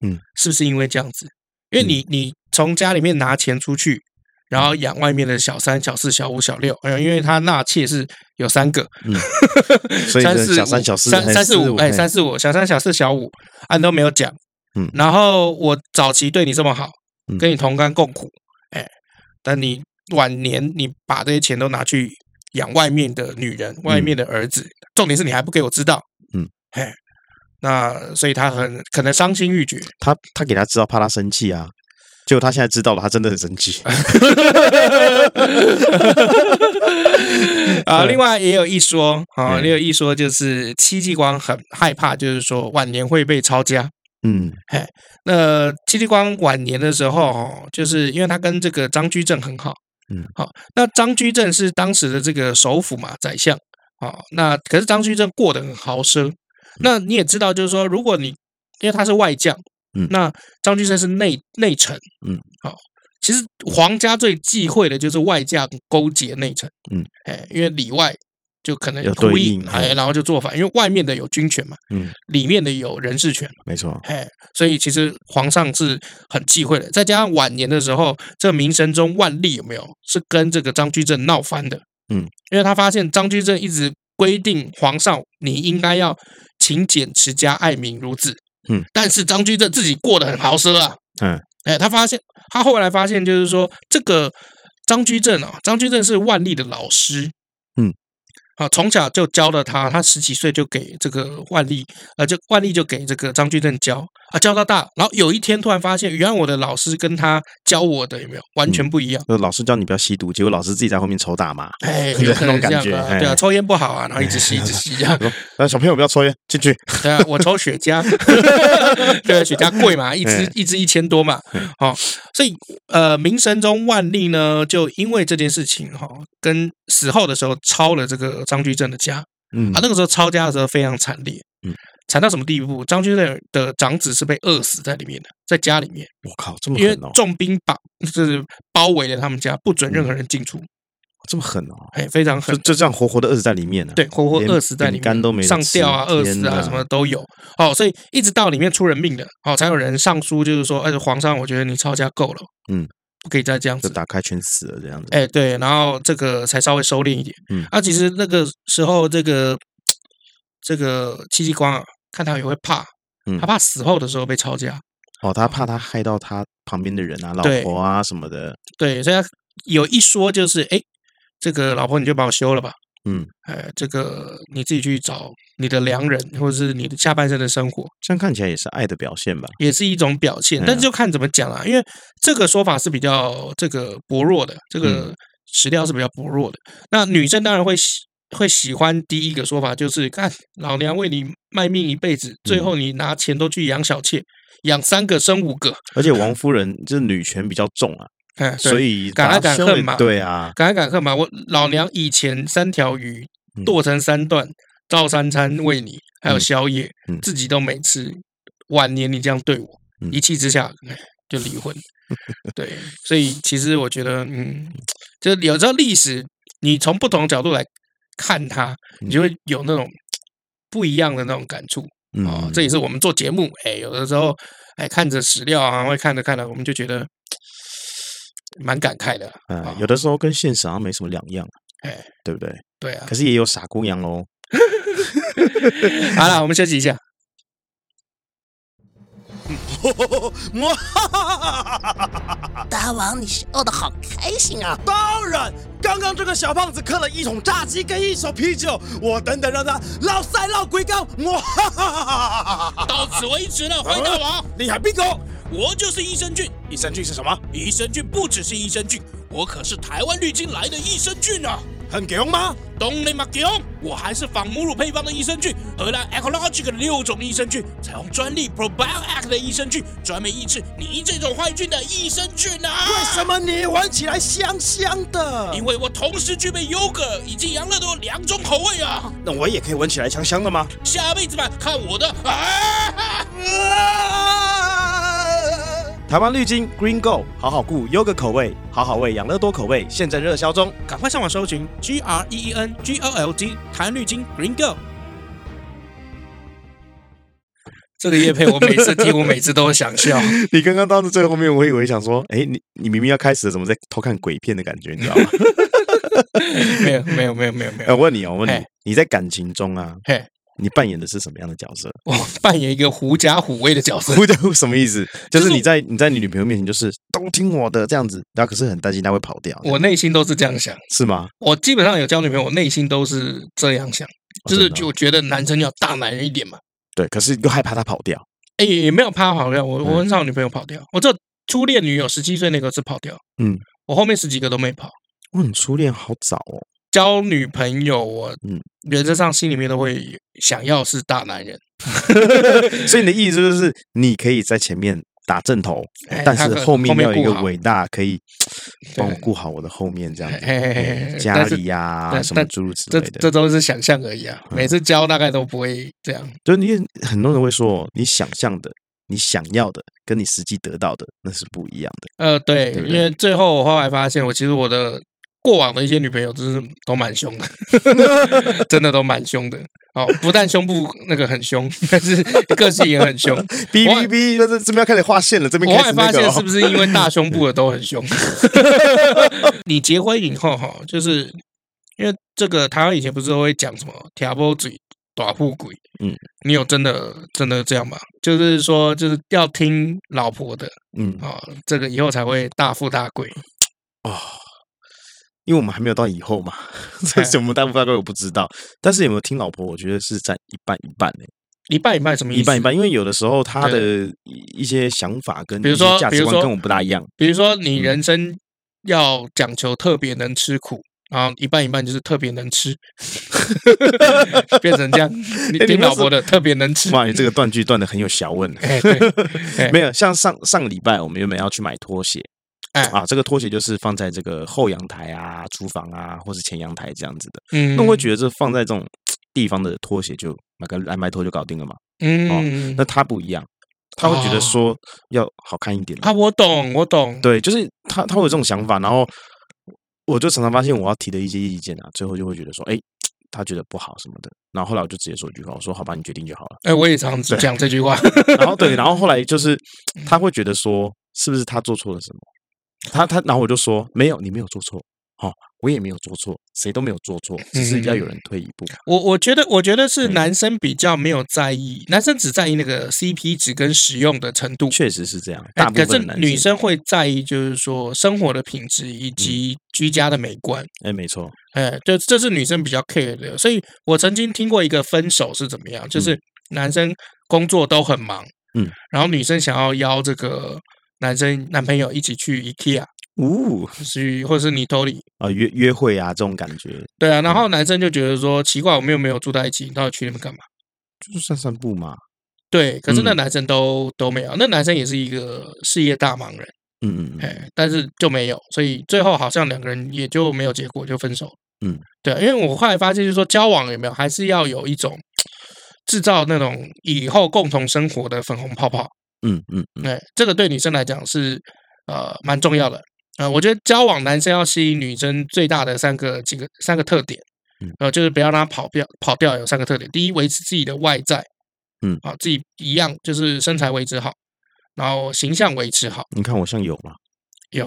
嗯，是不是因为这样子？因为你、你从家里面拿钱出去，嗯然后养外面的小三、小四、小五、小六，哎呦，因为他纳妾是有三个，嗯 所以三这四小五三小四三哎三四四五，五哎，哎三四五，小三、小四、小五，俺都没有讲，嗯然后我早期对你这么好嗯，跟你同甘共苦，哎，但你晚年你把这些钱都拿去养外面的女人、外面的儿子，重点是你还不给我知道，嗯，哎，那所以他很可能伤心欲绝，他他给他知道，怕他生气啊。结果他现在知道了，他真的很生 气。啊，对另外也有一说啊，嗯也有一说就是戚继光很害怕，就是说晚年会被抄家。嗯，那戚继光晚年的时候，哦，就是因为他跟这个张居正很好，嗯，好，那张居正是当时的这个首辅嘛，宰相，哦，那可是张居正过得很豪奢，嗯那你也知道，就是说，如果你因为他是外将，嗯那张居正是内内臣，嗯，好、其实皇家最忌讳的就是外将勾结内臣，嗯，哎，因为里外就可能有故对意应哎，然后就做反，因为外面的有军权嘛，嗯，里面的有人事权。没错。哎，所以其实皇上是很忌讳的。再加上晚年的时候，这明神宗万历有没有是跟这个张居正闹翻的？嗯，因为他发现张居正一直规定皇上你应该要勤俭持家爱民如子。嗯，但是张居正自己过得很豪奢啊。嗯，哎，他发现他后来发现就是说这个张居正啊，张居正是万历的老师。嗯。啊，从小就教了他，他十几岁就给这个万历呃，就万历就给这个张居正教啊，教到大。然后有一天突然发现，原来我的老师跟他教我的有没有完嗯全不一样？就老师叫你不要吸毒，结果老师自己在后面抽大麻。 哎，对有可能是这那样种感的、觉啊，对啊，哎抽烟不好啊，然后一直吸，一直吸这样。说：“那小朋友不要抽烟， 进去。对啊，我抽雪 茄，对啊，雪茄贵嘛，一支嗯一支一千多嘛，哦，所以呃，明神宗万历呢，就因为这件事情哈、哦，跟死后的时候抄了这个张居正的家，嗯啊，那个时候抄家的时候非常惨烈。嗯惨到什么地步？张居正的长子是被饿死在里面的，在家里面，我靠，这么因为狠哦，嗯重兵把就是包围了他们家，不准任何人进出，这么狠哦，哎，非常狠就。就这样活活的饿死在里面啊了。对，活活连饿死在里饼干面，都没得上吊啊、吃饿死天啊，哪什么都有。哦，所以一直到里面出人命了，哦，才有人上书，就是说，哎，皇上，我觉得你抄家够了，嗯，不可以再这样就子。打开全死了这样子。哎，对，然后这个才稍微收敛一点。嗯啊，其实那个时候，这个这个戚继光啊，看他也会怕，嗯他怕死后的时候被抄家，哦，他怕他害到他旁边的人啊，老对婆啊什么的。对，所以他有一说就是，哎，这个老婆你就把我休了吧，嗯，呃，这个你自己去找你的良人，或者是你的下半生的生活，这样看起来也是爱的表现吧？也是一种表现，嗯但是就看怎么讲啦、因为这个说法是比较这个薄弱的，这嗯个史料是比较薄弱的。那女生当然会喜会喜欢第一个说法，就是看老娘为你卖命一辈子，嗯最后你拿钱都去养小妾，养三个生五个，而且王夫人这女权比较重啊，哎，嗯对所以敢把爱她敢修了恨嘛对啊，敢爱敢恨嘛，我老娘以前三条鱼嗯剁成三段，照三餐喂你，还有嗯宵夜，嗯自己都没吃。晚年你这样对我，嗯一气之下哎就离 婚。对，所以其实我觉得，嗯，就有时候历史，你从不同角度来看它，嗯你就会有那种不一样的那种感触。哦嗯，，这也是我们做节目，哎，有的时候，哎，看着史料啊，会看着看着，我们就觉得蛮感慨的。嗯啊，有的时候跟现实好像没什么两样，哎，对不对？对啊可，是也有傻姑娘喽。好了，我们休息一下。 大王，你笑得好开心啊！当然，刚刚这个小胖子嗑了一桶炸鸡跟一手啤酒，我等等让他老塞老鬼缸，我哈哈哈哈哈哈！到此为止了，回答王，你喊 bingo，我就是益生菌。益生菌是什么？益生菌不只是益生菌，我可是台湾绿金来的益生菌啊！很强吗？懂你吗？给哦我还是仿母乳配方的益生菌，荷兰 Ecologic 的六种益生菌，采用专利 Probiotic 的益生菌，专门抑制你这种坏菌的益生菌哎啊！为什？么你闻起来香香的因？为我同时具备优格以及养乐多两种口味啊！那我也可以闻起来香香的吗？下辈子吧，看我的啊！台湾绿金 Green Go 好好顾，优格口味，好好味，养乐多口味，现正热销中。赶快上网搜寻 G R E E N G O L D 弹绿金 Green Go。这个叶配我每次听，我每次都想 笑。 你刚刚到到最后面，我以为想说，哎，你你明明要开始了，怎么在偷看鬼片的感觉，你知 道吗？没有，没有，没有，没有，没哎我有。问你哦，我问嘿你，你在感情中啊嘿，你扮演的是什么样的角色？ 我扮演一个狐假虎威的角色。不就什么意 思？就就是是你在你在你女朋友面前就是都听我的这样子，然后可是很担心她会跑掉，我内心都是这样想。是吗？我基本上有交女朋友，我内心都是这样想，就是真的哦就觉得男生要大男人一点嘛。对，可是又害怕她跑掉。哎，也没有怕跑掉，我我嗯很少有女朋友跑掉，我这初恋女友十七岁那个是跑掉，嗯，我后面十几个都没跑。哇，你初恋好早哦。交女朋友，我嗯原则上心里面都会想要是大男人，所以你的意思就是，你可以在前面打正头哎，但他是可后面后面要有一顾个好伟大，可以对帮我顾好我的后面这样嘿子，嘿嘿嘿哎嘿家但是里呀但什么但诸如此这类的这。都是想象而已啊。嗯每次交大概都不会这样，就是你很多人会说，哦你想象的、你想要的，跟你实际得到的那是不一样的。呃，对，对不因为最后我后来发现，我其实我的过往的一些女朋友就是都蛮凶的， 真的都蛮凶的。哦，不但胸部那个很凶，但是个性也很凶。哔我哔哔，那这这边要开始划线了，这边我后开来始发那个现，是哦不是因为大胸部的都很 凶？你结婚以后哈，就是因为这个台湾以前不是都会讲什么“挑拨嘴、打破鬼”？嗯，你有真的真的这样吗？就是说，就是要听老婆的嗯，啊、哦，这个以后才会大富大贵。因为我们还没有到以后嘛，所以哎我们大部分大概我不知道。但是有没有听老婆，我觉得是占一半一半欸的、一半一半什么意思？一半一。半。因为有的时候她的一一些想法跟比如一说些价比值如观说跟我们不大一样。比如说，你人生要讲求特别能吃苦，然后一半一半就是特别 能吃，变成这样。你哎你听们老婆的特别能吃。哇，你这个断句断的很有学问。 哎，对，哎没有，像上上个礼拜我们原本要去买拖鞋，哎啊，这个拖鞋就是放在这个后阳台啊、厨房啊，或是前阳台这样子的。嗯，那我会觉得这放在这种地方的拖鞋就买个蓝白拖就搞定了嘛。嗯，哦那他不一样，他会觉得说要好看一点。啊，我懂，我懂，对，就是他他会有这种想法，然后我就常常发现我要提的一些意见啊，最后就会觉得说，哎，他觉得不好什么的。然后后来我就直接说一句话，我说好吧，你决定就好了。哎，我也常讲这 句话，然后对，然后后来就是他会觉得说，是不是他做错了什么？他他，然后我就说没有，你没有做错，好、我也没有做错，谁都没有做错，只是要有人退一步。我我觉得，我觉得是嗯男生比较没有在意，男生只在意那个 CP 值跟使用的程度，确实是这样，哎大部可是分男嗯女生会在意，就是说生活的品质以及居家的美观，哎，没错，哎，这这是女生比较 care 的。所以我曾经听过一个分手是怎么样，就是男生工作都很忙，嗯，然后女生想要邀这个男生男朋友一起去 IKEA，呜去或是你兜里，啊，约约会啊，这种感觉对啊，嗯然后男生就觉得说奇怪，我们又没有住在一起，你到底去那边干嘛？就是散散步嘛，对，可是那嗯男生都、都没有，那男生也是一个事业大忙人，嗯嗯嗯，哎，但是就没有，所以最后好像两个人也就没有结果，就分手了。嗯，对啊，因为我后来发现，就是说交往有没有，还是要有一种制造那种以后共同生活的粉红泡泡。嗯嗯嗯，哎，这个对女生来讲是呃蛮重要的。呃，我觉得交往男生要吸引女生最大的三个几个三个特点嗯，呃，就是不要让他跑掉跑掉，有三个特点。第一，维持自己的外在，嗯啊，自己一样就是身材维持好，然后形象维持好你看我像有吗？有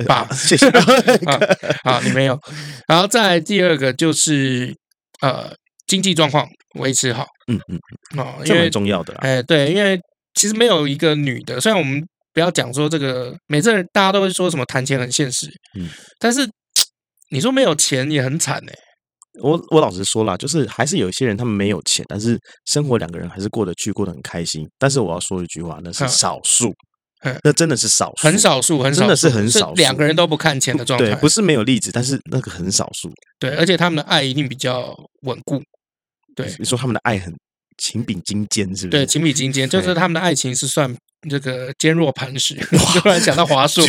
哎，吧啊谢 谢。啊啊，你没有。然后再来第二个就是呃经济状况维持好嗯嗯，啊，因这为蛮重要的啦。哎，对，因为其实没有一个女的，虽然我们不要讲说这个，每次大家都会说什么谈钱很现实，嗯，但是你说没有钱也很惨哎、我我老实说啦，就是还是有一些人他们没有钱，但是生活两个人还是过得去，过得很开心。但是我要说一句话，那是嗯少数嗯，那真的是少数，很少数，很少真的数是很少数两个人都不 看钱的状对态，，不是没有例子，但是那个很少数。对，而且他们的爱一定比较稳固，对你说他们的爱很情比金坚，是不对，是？情比金坚，就是他们的爱情是算这个坚若磐石。 突然想到 华硕，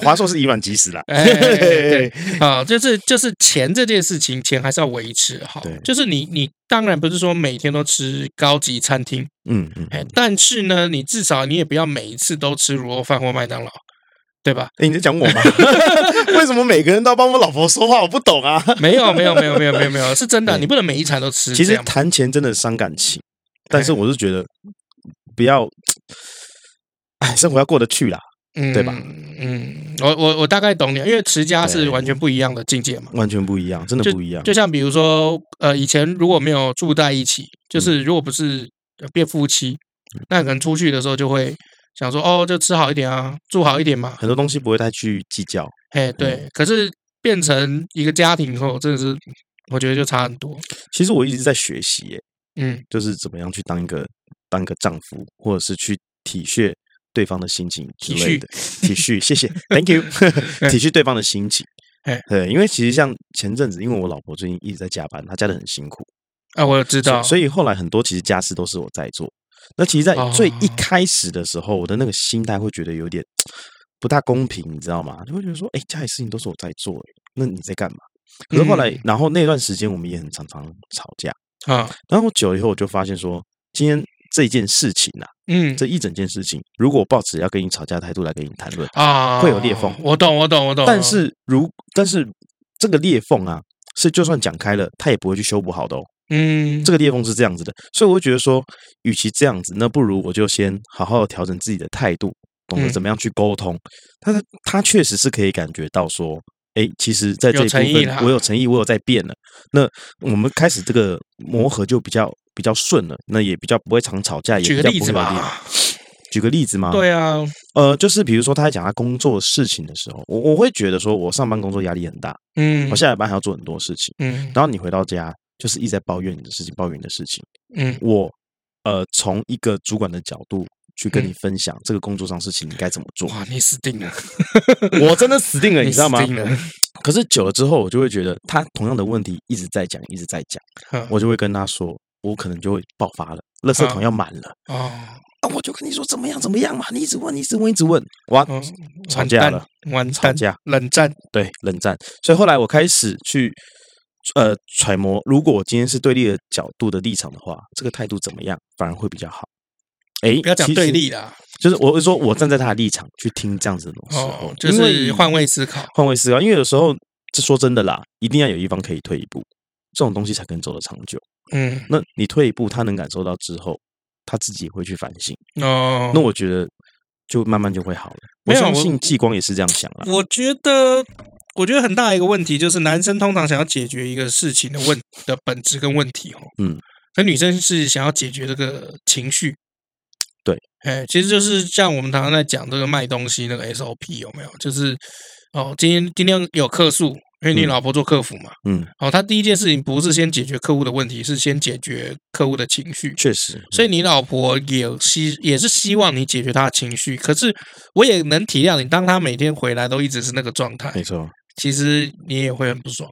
华硕是以卵击石啦。 哎对啊，就是就是钱这件事情，钱还是要维持好对。就是你你当然不是说每天都吃高级餐厅， 嗯嗯，哎，但是呢，你至少你也不要每一次都吃卤肉饭或麦当劳，对吧？哎，你在讲我吗？ 为什么每个人都要帮我老婆说话？我不懂啊。没有，没有，没有，没有，没有，没有，是真的，啊对你不能每一餐都吃。其这实样谈钱真的伤感情，但是我是觉得不要，哎，生活要过得去啦，对吧？嗯，我我我大概懂你，啊因为持家是对嗯完全不一样的境界嘛。完全不一样，真的就不一样。就像比如说，呃，以前如果没有住在一起，嗯就是如果不是呃变夫妻，那可能出去的时候就会想说，哦，就吃好一点啊，住好一点嘛，很多东西不会太去计较，哎，嗯对。可是变成一个家庭后，真的是我觉得就差很多。其实我一直在学习耶，嗯就是怎么样去当一个当一个丈夫，或者是去体恤对方的心情之类的。体恤，谢谢，Thank you，体恤对方的心情哎。对，因为其实像前阵子，因为我老婆最近一直在加班，她加的很辛苦，啊，我知所道，以所以后来很多其实家事都是我在做。那其实，在最一哦开始的时候，我的那个心态会觉得有点不大公平，你知道吗？就会觉得说，哎，家里事情都是我在做，那你在干嘛？可是后来，嗯然后那段时间我们也很常常吵架，啊，然后久了以后，我就发现说，今天这件事情啊，嗯这一整件事情，如果抱持要跟你吵架的态度来跟你谈论，啊，会有裂缝我懂，我懂，我懂。但是如但是这个裂缝啊，是就算讲开了，他也不会去修补好的哦。嗯，这个裂缝是这样子的，所以我会觉得说，与其这样子，那不如我就先好好地调整自己的态度，懂得嗯怎么样去沟通。他他他确实是可以感觉到说，哎，其实在这有一部诚意分啦我有诚意，我有在变了。那我们开始这个磨合就比较比较顺了，那也比较不会常吵架，也举比个较例不子会有吧裂。举个例子吗？对啊，呃，就是比如说他在讲他工作事情的时候，我我会觉得说我上班工作压力很大，嗯我，下了班还要做很多事情，嗯然后你回到家就是一直在抱怨你的事情，抱怨你的事情。嗯，我呃从一个主管的角度去跟嗯你分享这个工作上事情你该怎么做， 哇，你死 定了，我真的死定了，你知道吗死？定了。可是久了之后，我就会觉得他同样的问题一直在讲，一直在讲，嗯我就会跟他说，我可能就会爆发了，垃圾桶要满了。 哦，啊！我就跟你说怎么样怎么样嘛，你一直问，你一直问，一直问，哇，嗯吵完架蛋了，完吵蛋，架，冷战，对，冷战。所以后来我开始去呃揣摩，如果我今天是对立的角度的立场的话，这个态度怎么样，反而会比较好。哎，不要讲其实对立啦，就是我会说，我站在他的立场去听这样子的东西，哦，就因是为换位思考。换位思考，因为有时候这说真的啦，一定要有一方可以退一步，这种东西才可能走得长久。嗯，那你退一步，他能感受到之后，他自己也会去反省。哦，那我觉得就慢慢就会好了。没我有相我信季光也是这样想啦。我觉得，我觉得很大一个问题就是，男生通常想要解决一个事情的问的本质跟问题哦，嗯，可女生是想要解决这个情绪，对，哎，其实就是像我们常常在讲这个卖东西那个 SOP 有没有？就是哦，今天今天有客诉，因为你嗯老婆做客服嘛，嗯，哦，她第一件事情不是先解决客户的问题，是先解决客户的情绪，确实，嗯所以你老婆也希也是希望你解决她的情绪，可是我也能体谅你，当她每天回来都一直是那个状态没，错，其实你也会很不爽。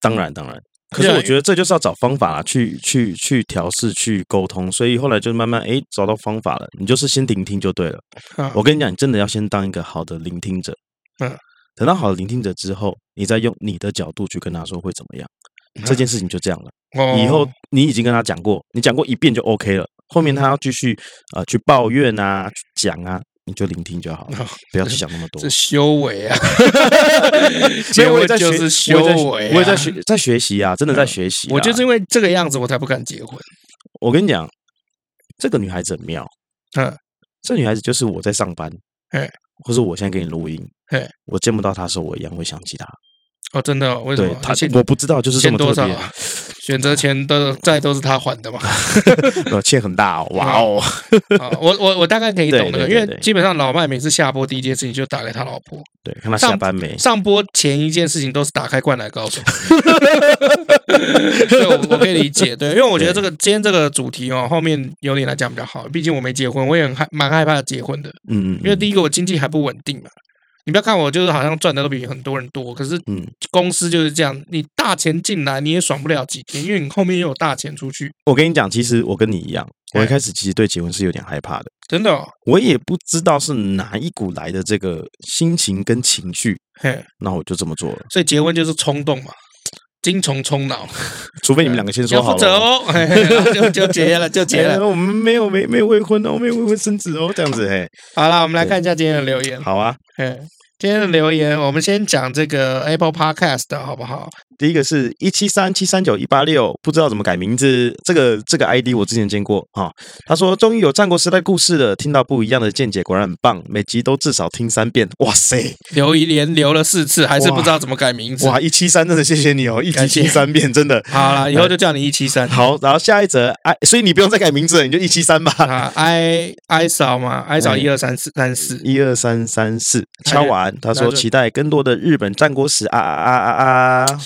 当然当然。可是对啊我觉得这就是要找方法啦，去去去调试、去沟通。所以后来就慢慢哎找到方法了，你就是先聆听就对了。啊 我跟你讲，你真的要先当一个好的聆听者。嗯，等到好的聆听者之后，你再用你的角度去跟他说会怎么样。这件事情就这样了。嗯哦以后你已经跟他讲过，你讲过一遍就 OK 了。后嗯面他要继续呃去抱怨啊、去讲啊，你就聆听就好了哦，不 要去想那么多这。修 为啊，所结以我婚也在学，就是修我也在学为、啊，嗯我也在学，在学习啊，真的在学习啊。我就是因为这个样子，我才不敢结婚。我跟你讲，这个女孩子很妙。嗯，这女孩子就是我在上班嘿，或者我现在给你录音嘿，我见不到她的时候，我一样会想起她。哦，真的哦、为什对么？她而且，我不知道，就是这欠么多特少别啊？选择权的债都是他还的嘛？ 呃，欠很大哦，哇哦，啊，我我我大概可以懂那对个，对因为对对基本上老麦每次下播第一件事情就打给他老婆，对，看她上下班没？上播前一件事情都是打开《灌篮高手》 对，所以我我可以理解，对，因为我觉得这个今天这个主题哦，后面由你来讲比较好，毕竟我没结婚，我也很害蛮害怕结婚的，嗯嗯，因为嗯第一个我经济还不稳定嘛。你不要看我，就是好像赚的都比很多人多，可是嗯公司就是这样，你大钱进来你也爽不了几天，因为你后面又有大钱出去，我跟你讲，其实我跟你一样，我哎一开始其实对结婚是有点害怕的，真的、哦，我也不知道是哪一股来的这个心情跟情绪，嘿，那我就这么做了。所以结婚就是冲动嘛，精虫冲脑，除非你们两个先说要好负责了。哦，嘿嘿然后就就结了，就结哎了。我们没有没没有未婚哦，没有未婚生子哦，这样子嘿，好了，我们来看一下今天的留言。好啊。嗯，今天的留言，我们先讲这个 Apple Podcast 的好不好？第一个是一七三七三九一八六，不知道怎么改名字，这个这个 ID 我之前见过啊。他说终于有战国时代故事了，听到不一样的见解，果然很棒，每集都至少听三遍。哇塞，留一连留了四次，还是不知道怎么改名字。哇一七三真的谢谢你哦，一集感谢听三遍真的好了，以后就叫你一七三。好，然后下一则，哎，所以你不用再改名字了，你就一七三吧，啊，i i 扫嘛，i 扫一二三四三四。一二三三四，哎敲完。他那说就期待更多的日本战国史啊啊啊啊啊！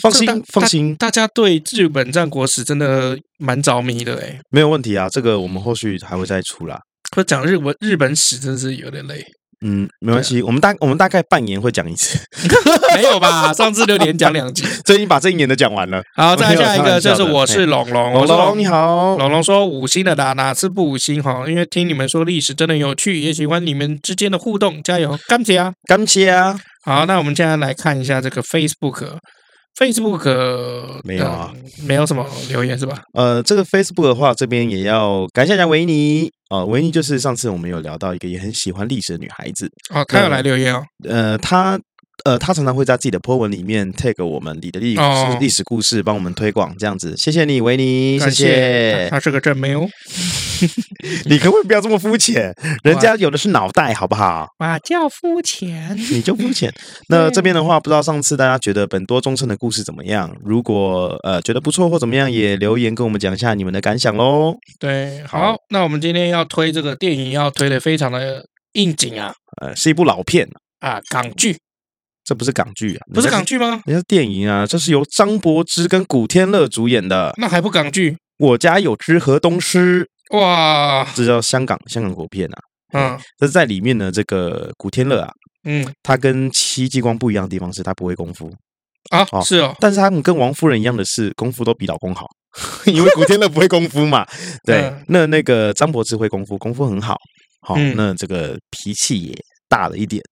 放这心大，放大心，大家对日本战国史真的蛮着迷的哎诶，没有问题啊，这个我们后续还会再出啦。可讲日文日本史真是有点 累，嗯，没关系，我们大我们大概半年会讲一次， 没有吧？上次就连讲两集。这已经把这一年的讲完了。好，再来下没一有开个玩就笑是的我是嘿龙龙，龙我是龙你好，龙龙说五星的啦，哪次不五星哈？因为听你们说历史真的有趣，也喜欢你们之间的互动，加油，干姐啊！感谢啊，好，那我们现在来看一下这个 Facebook。Facebook 没有啊呃没有什么留言是吧？呃，这个 Facebook 的话，这边也要感谢一下维尼哦，维尼就是上次我们有聊到一个也很喜欢历史的女孩子，哦，他有来留言哦。呃，他呃，他常常会在自己的 po 文里面 tag 我们你的历史、哦历史故事，帮我们推广这样子。谢谢你，维尼，谢感 谢。他是个正妹哦。你可不可以不要这么肤浅？人家有的是脑袋，好不好？哇，叫 肤浅。你就肤 浅。那这边的话，不知道上次大家觉得本多忠胜的故事怎么样？如果呃觉得不错或怎么样，也留言跟我们讲一下你们的感想喽。对，好，那我们今天要推这个电影，要推的非常的应景啊呃，是一部老片，啊，港剧这不是港剧啊，不是人家港。剧吗？人家是电影啊，这是由张柏芝跟古天乐主演的《那还不港剧？我家有只河东狮》，哇，这叫香港香港国片啊。嗯但是在里面呢，这个古天乐啊，嗯他跟戚继光不一样的地方是他不会功夫，啊好，是哦，但是他们跟王夫人一样的是，功夫都比老公好， 因为古天乐不会功夫 嘛。对嗯，那那个张柏芝会功夫，功夫很好，好、嗯那这个脾气也大了一点，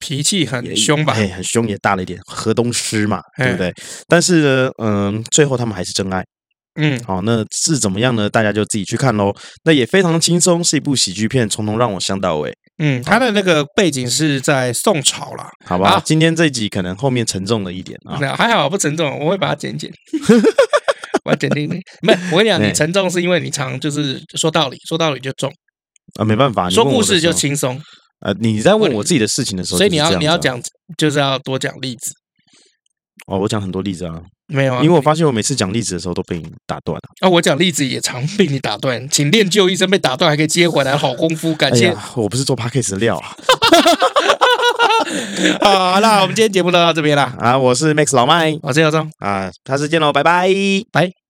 脾气很凶吧？哎，很凶也大了一点，河东狮嘛，对哎不对？但是呢，嗯，最后他们还是真爱。嗯，好，那是怎么样呢？大家就自己去看喽。那也非常轻松，是一部喜剧片，从头让我想到尾，嗯，他的那个背景是在宋朝啦，好吧？好今天这集可能后面沉重了一点啊。那还好不沉重，我会把它剪一 剪，我要剪定你。没有，我跟你讲，哎你沉重是因为你常就是说道理，说道理就重，啊，没办法，你说问我故的时事就候。轻松，呃，你在问问我自己的事情的时候，所以你就是这要样你子啊要讲就是要多讲例子，哦，我讲很多例子啊，没有啊？因为我发现我每次讲例子的时候都被你打断了。啊，我讲例子也常被你打断，请练就一身被打断还可以接回来，好功夫，感哎谢。呀，我不是做 podcast 的料啊！哎好啦，我们今天节目就到这边啦，啊，我是 Max 老麦我是姚忠。啊，下次见喽，拜拜。拜。